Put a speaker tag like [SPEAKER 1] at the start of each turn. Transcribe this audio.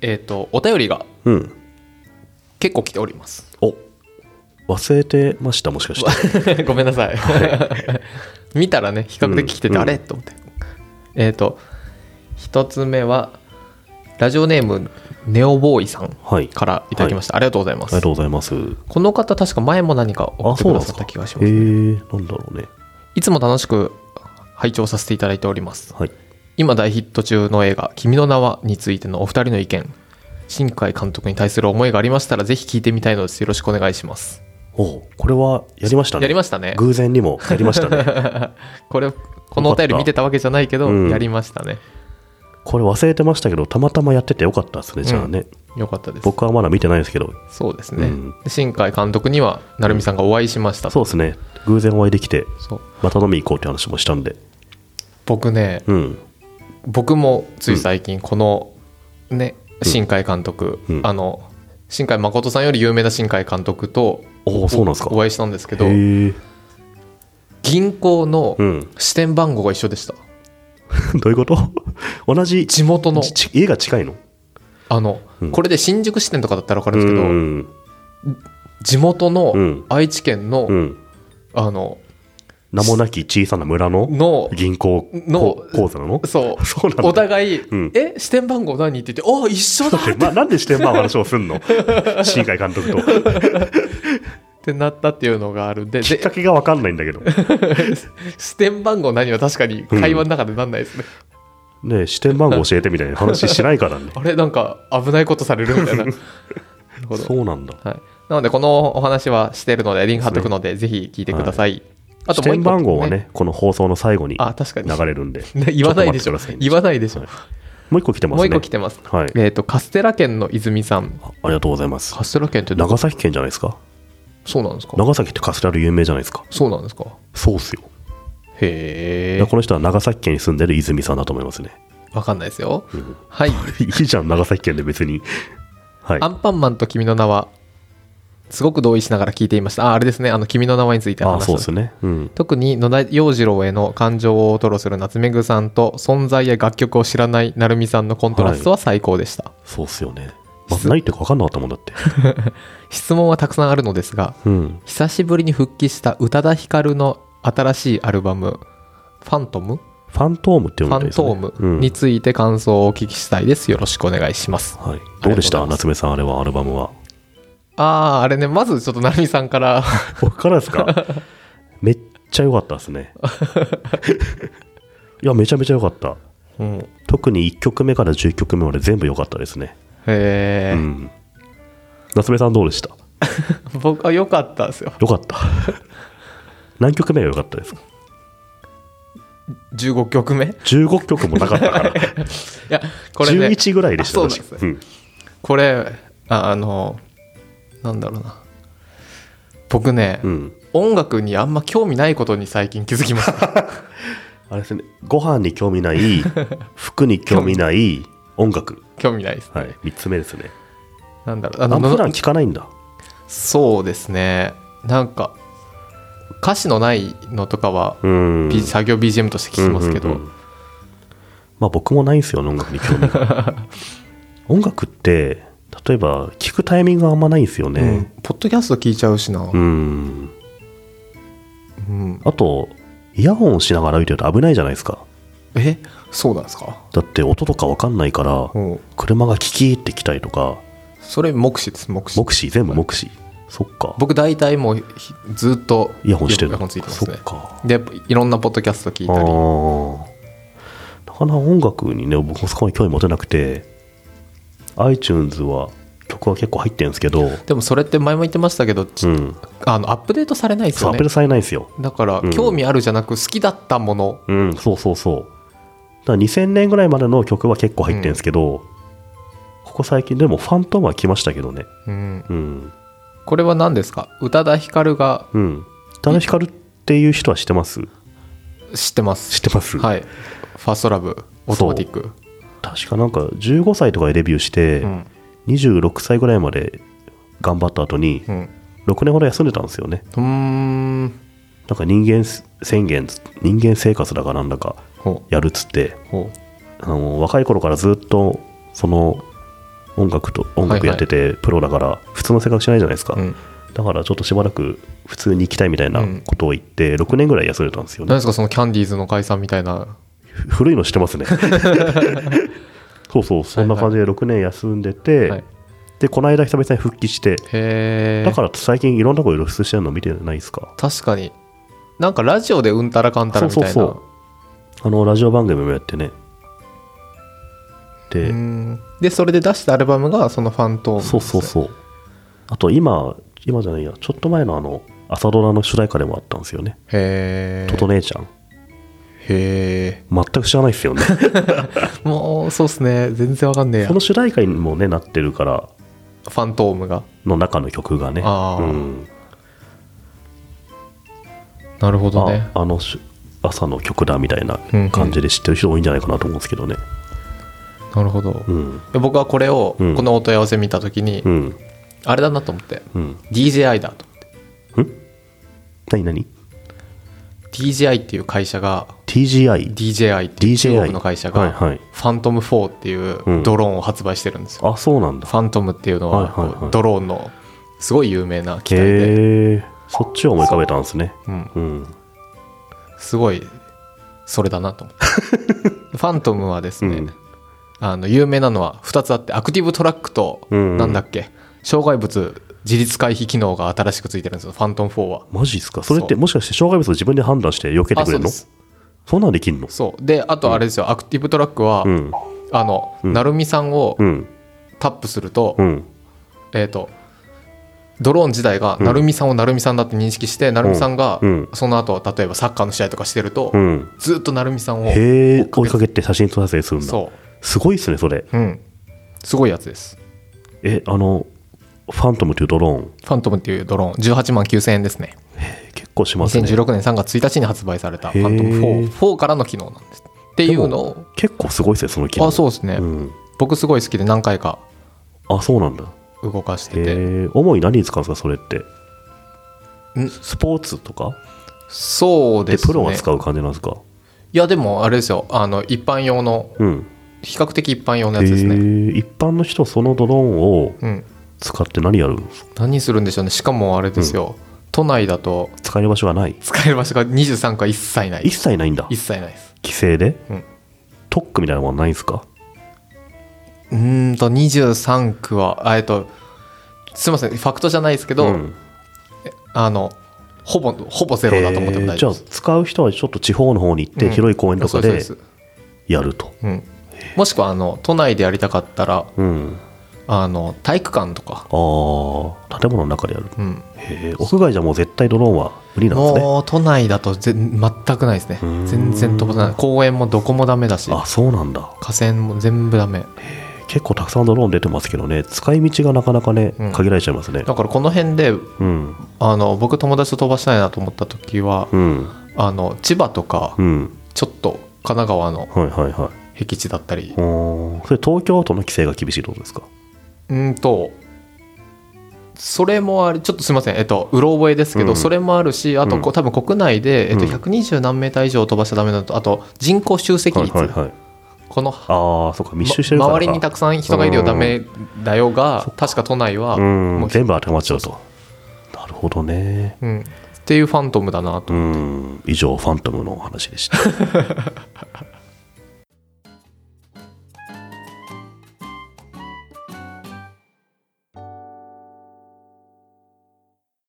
[SPEAKER 1] えっ、とお便りが
[SPEAKER 2] うん。
[SPEAKER 1] 結構来ております
[SPEAKER 2] お忘れてました、もしかして。
[SPEAKER 1] ごめんなさい見たらね比較的来てて、
[SPEAKER 2] うん
[SPEAKER 1] あれと思ってえっ、と一つ目はラジオネームネオボーイさん
[SPEAKER 2] はい。あ
[SPEAKER 1] からいただきました、ありがとうございま
[SPEAKER 2] りが
[SPEAKER 1] す
[SPEAKER 2] とうございます。
[SPEAKER 1] この方確か前も何か送
[SPEAKER 2] あ、
[SPEAKER 1] って
[SPEAKER 2] そう
[SPEAKER 1] く
[SPEAKER 2] なん
[SPEAKER 1] だ
[SPEAKER 2] で
[SPEAKER 1] さ
[SPEAKER 2] す
[SPEAKER 1] った
[SPEAKER 2] か。
[SPEAKER 1] 気がし
[SPEAKER 2] え
[SPEAKER 1] ます
[SPEAKER 2] ー、なんだろうね。
[SPEAKER 1] いつも楽しく拝聴させていただいております
[SPEAKER 2] はい。
[SPEAKER 1] 今大ヒット中の映画「君の名は」についてのお二人の意見新海監督に対する思いがありましたらぜひ聞いてみたいのですよろしくお願いします
[SPEAKER 2] おうこれはやりましたね。
[SPEAKER 1] やりましたね
[SPEAKER 2] 偶然にもやりまし たね。
[SPEAKER 1] これこのお便り見てたわけじゃないけど、
[SPEAKER 2] うん
[SPEAKER 1] やりましたね
[SPEAKER 2] これ忘れてましたけど、たまたまやっててよかったですね、じゃあね。
[SPEAKER 1] よかったです
[SPEAKER 2] 僕はまだ見てないですけど、
[SPEAKER 1] そうですね、
[SPEAKER 2] うん
[SPEAKER 1] で新海監督には成美さんがお会いしましたと、
[SPEAKER 2] そうですね。偶然お会いできて、
[SPEAKER 1] そう
[SPEAKER 2] また飲み行こうって話もしたんで。
[SPEAKER 1] 僕ね
[SPEAKER 2] うん。
[SPEAKER 1] 僕もつい最近このね、新海監督、
[SPEAKER 2] うん
[SPEAKER 1] あの新海誠さんより有名な新海監督と
[SPEAKER 2] おーそうなんですか
[SPEAKER 1] お会いしたんですけ
[SPEAKER 2] へ
[SPEAKER 1] ど
[SPEAKER 2] ー
[SPEAKER 1] 銀行の
[SPEAKER 2] うん。
[SPEAKER 1] 支店番号が一緒でした
[SPEAKER 2] どういうこと同じ
[SPEAKER 1] 地元の
[SPEAKER 2] ちち家が近いの
[SPEAKER 1] あの、
[SPEAKER 2] うん
[SPEAKER 1] これで新宿支店とかだったら分か
[SPEAKER 2] う
[SPEAKER 1] るんですけど、
[SPEAKER 2] ん
[SPEAKER 1] 地元
[SPEAKER 2] う
[SPEAKER 1] の
[SPEAKER 2] ん
[SPEAKER 1] 愛知県の、
[SPEAKER 2] うん
[SPEAKER 1] あの
[SPEAKER 2] 名もなき小さな村の
[SPEAKER 1] の
[SPEAKER 2] 銀行
[SPEAKER 1] の
[SPEAKER 2] こ口座なの
[SPEAKER 1] そう
[SPEAKER 2] そうなんだ
[SPEAKER 1] お互い、
[SPEAKER 2] ん
[SPEAKER 1] え支店番号何って言ってああ一緒だ
[SPEAKER 2] でまあ、なんでして、まあ、話をす んの新海監督と。
[SPEAKER 1] ってなったっていうのがあるんで
[SPEAKER 2] きっ
[SPEAKER 1] で
[SPEAKER 2] かけが分かんないんだけど。
[SPEAKER 1] 支店番号何は確かに会話の中でなんないですね、
[SPEAKER 2] ねえ支店番号教えてみたいな話しないか
[SPEAKER 1] 。
[SPEAKER 2] らね
[SPEAKER 1] あれなんか危ないことされるみたいななるほど
[SPEAKER 2] そうなんだ。
[SPEAKER 1] はい、なのでこのお話はしてるのでリンク貼っとくのでぜひ聞いてください、あ
[SPEAKER 2] 支
[SPEAKER 1] ともう一
[SPEAKER 2] 店
[SPEAKER 1] 個
[SPEAKER 2] 番号はね、この放送の最後に
[SPEAKER 1] あ確かに
[SPEAKER 2] 流れるんで。
[SPEAKER 1] ね言わないでしょ
[SPEAKER 2] ちっと待ってくださいね
[SPEAKER 1] 言わないでしょ、
[SPEAKER 2] はいもう一個来てますね。
[SPEAKER 1] もう一個来てます、
[SPEAKER 2] はい
[SPEAKER 1] えっ、とカステラ県の泉さん
[SPEAKER 2] あありがとうございます
[SPEAKER 1] カ。ステラ県ってどこ
[SPEAKER 2] 長崎県じゃないですか。
[SPEAKER 1] そうなんですか
[SPEAKER 2] 長崎ってカステラで有名じゃないですか。
[SPEAKER 1] そうなんですか
[SPEAKER 2] そうっすよ。
[SPEAKER 1] へえ
[SPEAKER 2] だからこの人は長崎県に住んでる泉さんだと思いますね。
[SPEAKER 1] わかんないですよ、はい
[SPEAKER 2] いいじゃん、長崎県で別に。はい
[SPEAKER 1] ア。ンパンマンと君の名はすごく同意しながら聞いていましたああれですねあの君の名はについて
[SPEAKER 2] あ
[SPEAKER 1] 話
[SPEAKER 2] あ、
[SPEAKER 1] した
[SPEAKER 2] そうですね。うん。
[SPEAKER 1] 特に野田洋次郎への感情を吐露する夏目ぐさんと存在や楽曲を知らない成美さんのコントラストは最高でした、
[SPEAKER 2] そうっすよね。まずないっていうか分かんなかったもん だって。
[SPEAKER 1] 質問はたくさんあるのですが
[SPEAKER 2] うん。
[SPEAKER 1] 久しぶりに復帰した宇多田ヒカルの新しいアルバム「ファントム」
[SPEAKER 2] ファントームって
[SPEAKER 1] フ
[SPEAKER 2] 呼んで
[SPEAKER 1] ァン
[SPEAKER 2] るすね
[SPEAKER 1] トー
[SPEAKER 2] う
[SPEAKER 1] ム
[SPEAKER 2] ん
[SPEAKER 1] について感想をお聞きしたいです。よろしくお願いします。
[SPEAKER 2] はい。どうでし
[SPEAKER 1] あ
[SPEAKER 2] た
[SPEAKER 1] りが
[SPEAKER 2] 夏目さん、あれは、アルバム は。
[SPEAKER 1] ああ、あれね、まずちょっと成美さん から、
[SPEAKER 2] 僕からですか めっちゃ良かったで すね。いや、めちゃめちゃ良かった。
[SPEAKER 1] うん、へ
[SPEAKER 2] 特に1曲目から10曲目まで全部良かったですね。
[SPEAKER 1] え、
[SPEAKER 2] うん。夏目さん、どうでした
[SPEAKER 1] 僕は良かったですよ。
[SPEAKER 2] 良 かった。何曲目が良かったですか
[SPEAKER 1] 15曲目い
[SPEAKER 2] ?15 曲もなかったから。
[SPEAKER 1] や、 これね、
[SPEAKER 2] 11ぐらいでした、
[SPEAKER 1] あそうなんですね
[SPEAKER 2] 確かうん
[SPEAKER 1] これあ、あの、なんだろうな。僕ね、
[SPEAKER 2] うん、
[SPEAKER 1] 音楽にあんま興味ないことに最近気づきま した。
[SPEAKER 2] あれですねご飯に興味ない 服に興味ない音楽
[SPEAKER 1] 興味ないです。
[SPEAKER 2] はい3つ目ですね
[SPEAKER 1] なんだろう、あ
[SPEAKER 2] あ
[SPEAKER 1] の、
[SPEAKER 2] 普段聞かないんだ
[SPEAKER 1] そうですね、なんか、歌詞のないのとかは、
[SPEAKER 2] うん
[SPEAKER 1] ビ作業 BGM として聞きますけど、
[SPEAKER 2] うんうんうんまあ僕もないんですよね音楽に興 味が音楽って例えば聞くタイミングがあんまないんですよ
[SPEAKER 1] うん
[SPEAKER 2] ね
[SPEAKER 1] ポッドキャスト聞いちゃうしな、
[SPEAKER 2] うん
[SPEAKER 1] うん
[SPEAKER 2] あとイヤホンしながら歩いてると危ないじゃないですか
[SPEAKER 1] えそうなんですか、
[SPEAKER 2] だって音とか分かんないから、
[SPEAKER 1] うん、
[SPEAKER 2] 車がキキーって来たりとか
[SPEAKER 1] それ目視です目視
[SPEAKER 2] 目視全部目視、そっか
[SPEAKER 1] 僕大体もうひずっと
[SPEAKER 2] イヤホンしてる
[SPEAKER 1] イヤホンついてますね
[SPEAKER 2] そっか
[SPEAKER 1] でいろんなポッドキャスト聞い
[SPEAKER 2] あ
[SPEAKER 1] たり
[SPEAKER 2] ーなかなか音楽にね僕もそこまで興味持てなくて iTunes は曲は結構入ってるんですけど、
[SPEAKER 1] でもそれって前も言ってましたけど、ち
[SPEAKER 2] うん、
[SPEAKER 1] あのアップデートされないです
[SPEAKER 2] そ
[SPEAKER 1] よ
[SPEAKER 2] うアップ
[SPEAKER 1] ね
[SPEAKER 2] ルされないんですよ、
[SPEAKER 1] だから、
[SPEAKER 2] うん
[SPEAKER 1] 興味あるじゃなく好きだったもの
[SPEAKER 2] うん、そうそうそうだから2000年ぐらいまでの曲は結構入ってるんですけど、ここ最近でも「ファントム」は来ましたけどね
[SPEAKER 1] うん
[SPEAKER 2] うん
[SPEAKER 1] これは何ですか宇多田ヒカルが
[SPEAKER 2] うん宇多田ヒカルっていう人は知ってます
[SPEAKER 1] 知ってます
[SPEAKER 2] 知ってます、
[SPEAKER 1] はいファーストラブオートマティック
[SPEAKER 2] 確かなんか15歳とかでデビューして、
[SPEAKER 1] うん
[SPEAKER 2] 26歳ぐらいまで頑張った後に
[SPEAKER 1] うん
[SPEAKER 2] 6年ほど休んでたんですよね
[SPEAKER 1] うーん
[SPEAKER 2] なんか人間宣言人間生活だかなんだか
[SPEAKER 1] ほ
[SPEAKER 2] やるっつって
[SPEAKER 1] うほ
[SPEAKER 2] あの若い頃からずっとその音楽と音楽やっててプロだから普通の生活しないじゃないですか、
[SPEAKER 1] うん、
[SPEAKER 2] だからちょっとしばらく普通に行きたいみたいなことを言って6年ぐらい休んでたんですよね
[SPEAKER 1] 何ですかそのキャンディーズの解散みたいな
[SPEAKER 2] 古いのしてま すねそうそうそんな感じで6年休んでて、
[SPEAKER 1] はい
[SPEAKER 2] でこの間久々に復帰して
[SPEAKER 1] へえ
[SPEAKER 2] だから最近いろんなとこ露出してるの見てないですか
[SPEAKER 1] 確かになんかラジオでうんたらかんたらみたいな
[SPEAKER 2] そうそうあのラジオ番組もやってねで、
[SPEAKER 1] うんでそれで出したアルバムがその「ファントーム」
[SPEAKER 2] そうそう
[SPEAKER 1] う
[SPEAKER 2] そうあと今今じゃないやちょっと前のあの朝ドラの主題歌でもあったんですよね
[SPEAKER 1] へ
[SPEAKER 2] 「
[SPEAKER 1] え
[SPEAKER 2] とと姉ちゃん
[SPEAKER 1] へ」
[SPEAKER 2] 全く知らないです よね
[SPEAKER 1] えもうそうっすね全然わかんねえや
[SPEAKER 2] この主題歌にもねなってるから
[SPEAKER 1] ファントームが
[SPEAKER 2] の中の曲がね
[SPEAKER 1] あー
[SPEAKER 2] うん
[SPEAKER 1] なるほどね
[SPEAKER 2] ああのし朝の曲だみたいな感じで知ってる人多いんじゃないかなと思うんですけどね
[SPEAKER 1] なるほど、
[SPEAKER 2] うん
[SPEAKER 1] で僕はこれを、
[SPEAKER 2] うん
[SPEAKER 1] このお問い合わせ見た時に、
[SPEAKER 2] うん
[SPEAKER 1] あれだなと思って
[SPEAKER 2] うん
[SPEAKER 1] DJI だと
[SPEAKER 2] 何何
[SPEAKER 1] DJI っていう会社が
[SPEAKER 2] TGI
[SPEAKER 1] DJI っていう
[SPEAKER 2] DJI
[SPEAKER 1] 中国の会社が、
[SPEAKER 2] はいはい
[SPEAKER 1] ファントム4って
[SPEAKER 2] う
[SPEAKER 1] いうんドローンを発売してるんですよ、
[SPEAKER 2] あそうなんだ
[SPEAKER 1] ファントムっていうのは
[SPEAKER 2] はいはいはい
[SPEAKER 1] こうドローンのすごい有名な機体で、
[SPEAKER 2] へえそっちを思い浮かべたんですね
[SPEAKER 1] うん、
[SPEAKER 2] うん
[SPEAKER 1] すごいそれだなと 思ってファントムはですね、
[SPEAKER 2] うん
[SPEAKER 1] あの有名なのは2つあってアクティブトラックと
[SPEAKER 2] うんうん
[SPEAKER 1] なんだっけ、障害物自立回避機能が新しくついてるんですよファントム4は。
[SPEAKER 2] マジっすかそれっ
[SPEAKER 1] そ
[SPEAKER 2] てもしかして障害物を自分で判断して避けて
[SPEAKER 1] あ
[SPEAKER 2] く
[SPEAKER 1] そう
[SPEAKER 2] れる
[SPEAKER 1] で
[SPEAKER 2] の
[SPEAKER 1] す
[SPEAKER 2] そんなんできんの
[SPEAKER 1] そうであとあれですよ、アクティブトラックは、
[SPEAKER 2] うん
[SPEAKER 1] あの、
[SPEAKER 2] うん
[SPEAKER 1] なるみさんを
[SPEAKER 2] うん
[SPEAKER 1] タップすると、
[SPEAKER 2] うん
[SPEAKER 1] えっ、とドローン自体が
[SPEAKER 2] ん
[SPEAKER 1] なるみさんをなるみさんだって認識して、なるみさんが、
[SPEAKER 2] うん
[SPEAKER 1] その後例えばサッカーの試合とかしてると、
[SPEAKER 2] うん
[SPEAKER 1] ずっとなるみさんを
[SPEAKER 2] へえ追いかけて写真撮影するんだ
[SPEAKER 1] そ
[SPEAKER 2] すごいっすねそれ
[SPEAKER 1] ううんすごいやつです
[SPEAKER 2] えあのファントムというドローン
[SPEAKER 1] ファントムっていうドローン18万9000円ですね
[SPEAKER 2] へー結構しますね
[SPEAKER 1] 2016年3月1日に発売されたフ
[SPEAKER 2] へー
[SPEAKER 1] ァントム 4, 4からの機能なんですっていうのを
[SPEAKER 2] 結構すごいっすねその機能
[SPEAKER 1] あそうですね、
[SPEAKER 2] うん
[SPEAKER 1] 僕すごい好きで何回か
[SPEAKER 2] あそうなんだ
[SPEAKER 1] 動かしてて
[SPEAKER 2] え主に何に使うんですかそれって
[SPEAKER 1] ん
[SPEAKER 2] スポーツとか
[SPEAKER 1] そう
[SPEAKER 2] で
[SPEAKER 1] ですね
[SPEAKER 2] プロが使う感じなんですか
[SPEAKER 1] いやでもあれですよあの一般用の
[SPEAKER 2] うん
[SPEAKER 1] 比較的一般用の
[SPEAKER 2] え
[SPEAKER 1] やつですね、
[SPEAKER 2] 一般の人そのドローンを
[SPEAKER 1] うん
[SPEAKER 2] 使って何やるんですか
[SPEAKER 1] 何するんでしょうねしかもあれですよ、都内だと
[SPEAKER 2] 使える場所がない
[SPEAKER 1] 使える場所が23区は一切ない
[SPEAKER 2] 一切ないんだ
[SPEAKER 1] 一切ないです
[SPEAKER 2] 規制で、
[SPEAKER 1] うん
[SPEAKER 2] 特区みたいなものはないんですか
[SPEAKER 1] うーんと23区はあえっとすみませんファクトじゃないですけど、
[SPEAKER 2] ん
[SPEAKER 1] あのほぼほぼゼロだと思っても
[SPEAKER 2] えー
[SPEAKER 1] 大
[SPEAKER 2] じ
[SPEAKER 1] 丈
[SPEAKER 2] ゃ
[SPEAKER 1] 夫で
[SPEAKER 2] あ
[SPEAKER 1] す、
[SPEAKER 2] 使う人はちょっと地方の方に行って、
[SPEAKER 1] うん
[SPEAKER 2] 広い公園とか
[SPEAKER 1] そう
[SPEAKER 2] です
[SPEAKER 1] そうす
[SPEAKER 2] やると
[SPEAKER 1] うん、もしくはあの都内でやりたかったら
[SPEAKER 2] うん
[SPEAKER 1] あの体育館とか、
[SPEAKER 2] ああ建物の中でやる
[SPEAKER 1] うん、
[SPEAKER 2] へえ屋外じゃもう絶対ドローンは無理なんですね
[SPEAKER 1] もう都内だとぜ全くないですね
[SPEAKER 2] ーん
[SPEAKER 1] 全然飛ばない公園もどこもダメだし
[SPEAKER 2] あそうなんだ
[SPEAKER 1] 河川も全部ダメ
[SPEAKER 2] 結構たくさんドローン出てますけどね使い道がなかなかね
[SPEAKER 1] うん
[SPEAKER 2] 限られちゃいますね
[SPEAKER 1] だからこの辺で
[SPEAKER 2] うん
[SPEAKER 1] あの僕友達と飛ばしたいなと思った時は、
[SPEAKER 2] うん
[SPEAKER 1] あの千葉とか
[SPEAKER 2] うん
[SPEAKER 1] ちょっと神奈川の
[SPEAKER 2] はいはいはい
[SPEAKER 1] 僻地だったり
[SPEAKER 2] おーそれ東京都の規制が厳しいってことですか
[SPEAKER 1] うんとそれもあれちょっとすみません、えっと、うろ覚えですけど、
[SPEAKER 2] うん
[SPEAKER 1] それもあるしあとこう、多分国内で、えっと、
[SPEAKER 2] うん
[SPEAKER 1] 120何メーター以上飛ばしちゃダメなのとあと人口集積
[SPEAKER 2] はい
[SPEAKER 1] 率、
[SPEAKER 2] はいはい
[SPEAKER 1] この、
[SPEAKER 2] ああそうか
[SPEAKER 1] ま
[SPEAKER 2] 密集してるからか
[SPEAKER 1] 周りにたくさん人がいるよ
[SPEAKER 2] うん
[SPEAKER 1] ダメだよが確か都内は
[SPEAKER 2] う
[SPEAKER 1] も
[SPEAKER 2] ん
[SPEAKER 1] う、
[SPEAKER 2] 全部当てはまっちゃうとなるほどね
[SPEAKER 1] うん、っていうファントムだなと
[SPEAKER 2] うん以上ファントムのお話でした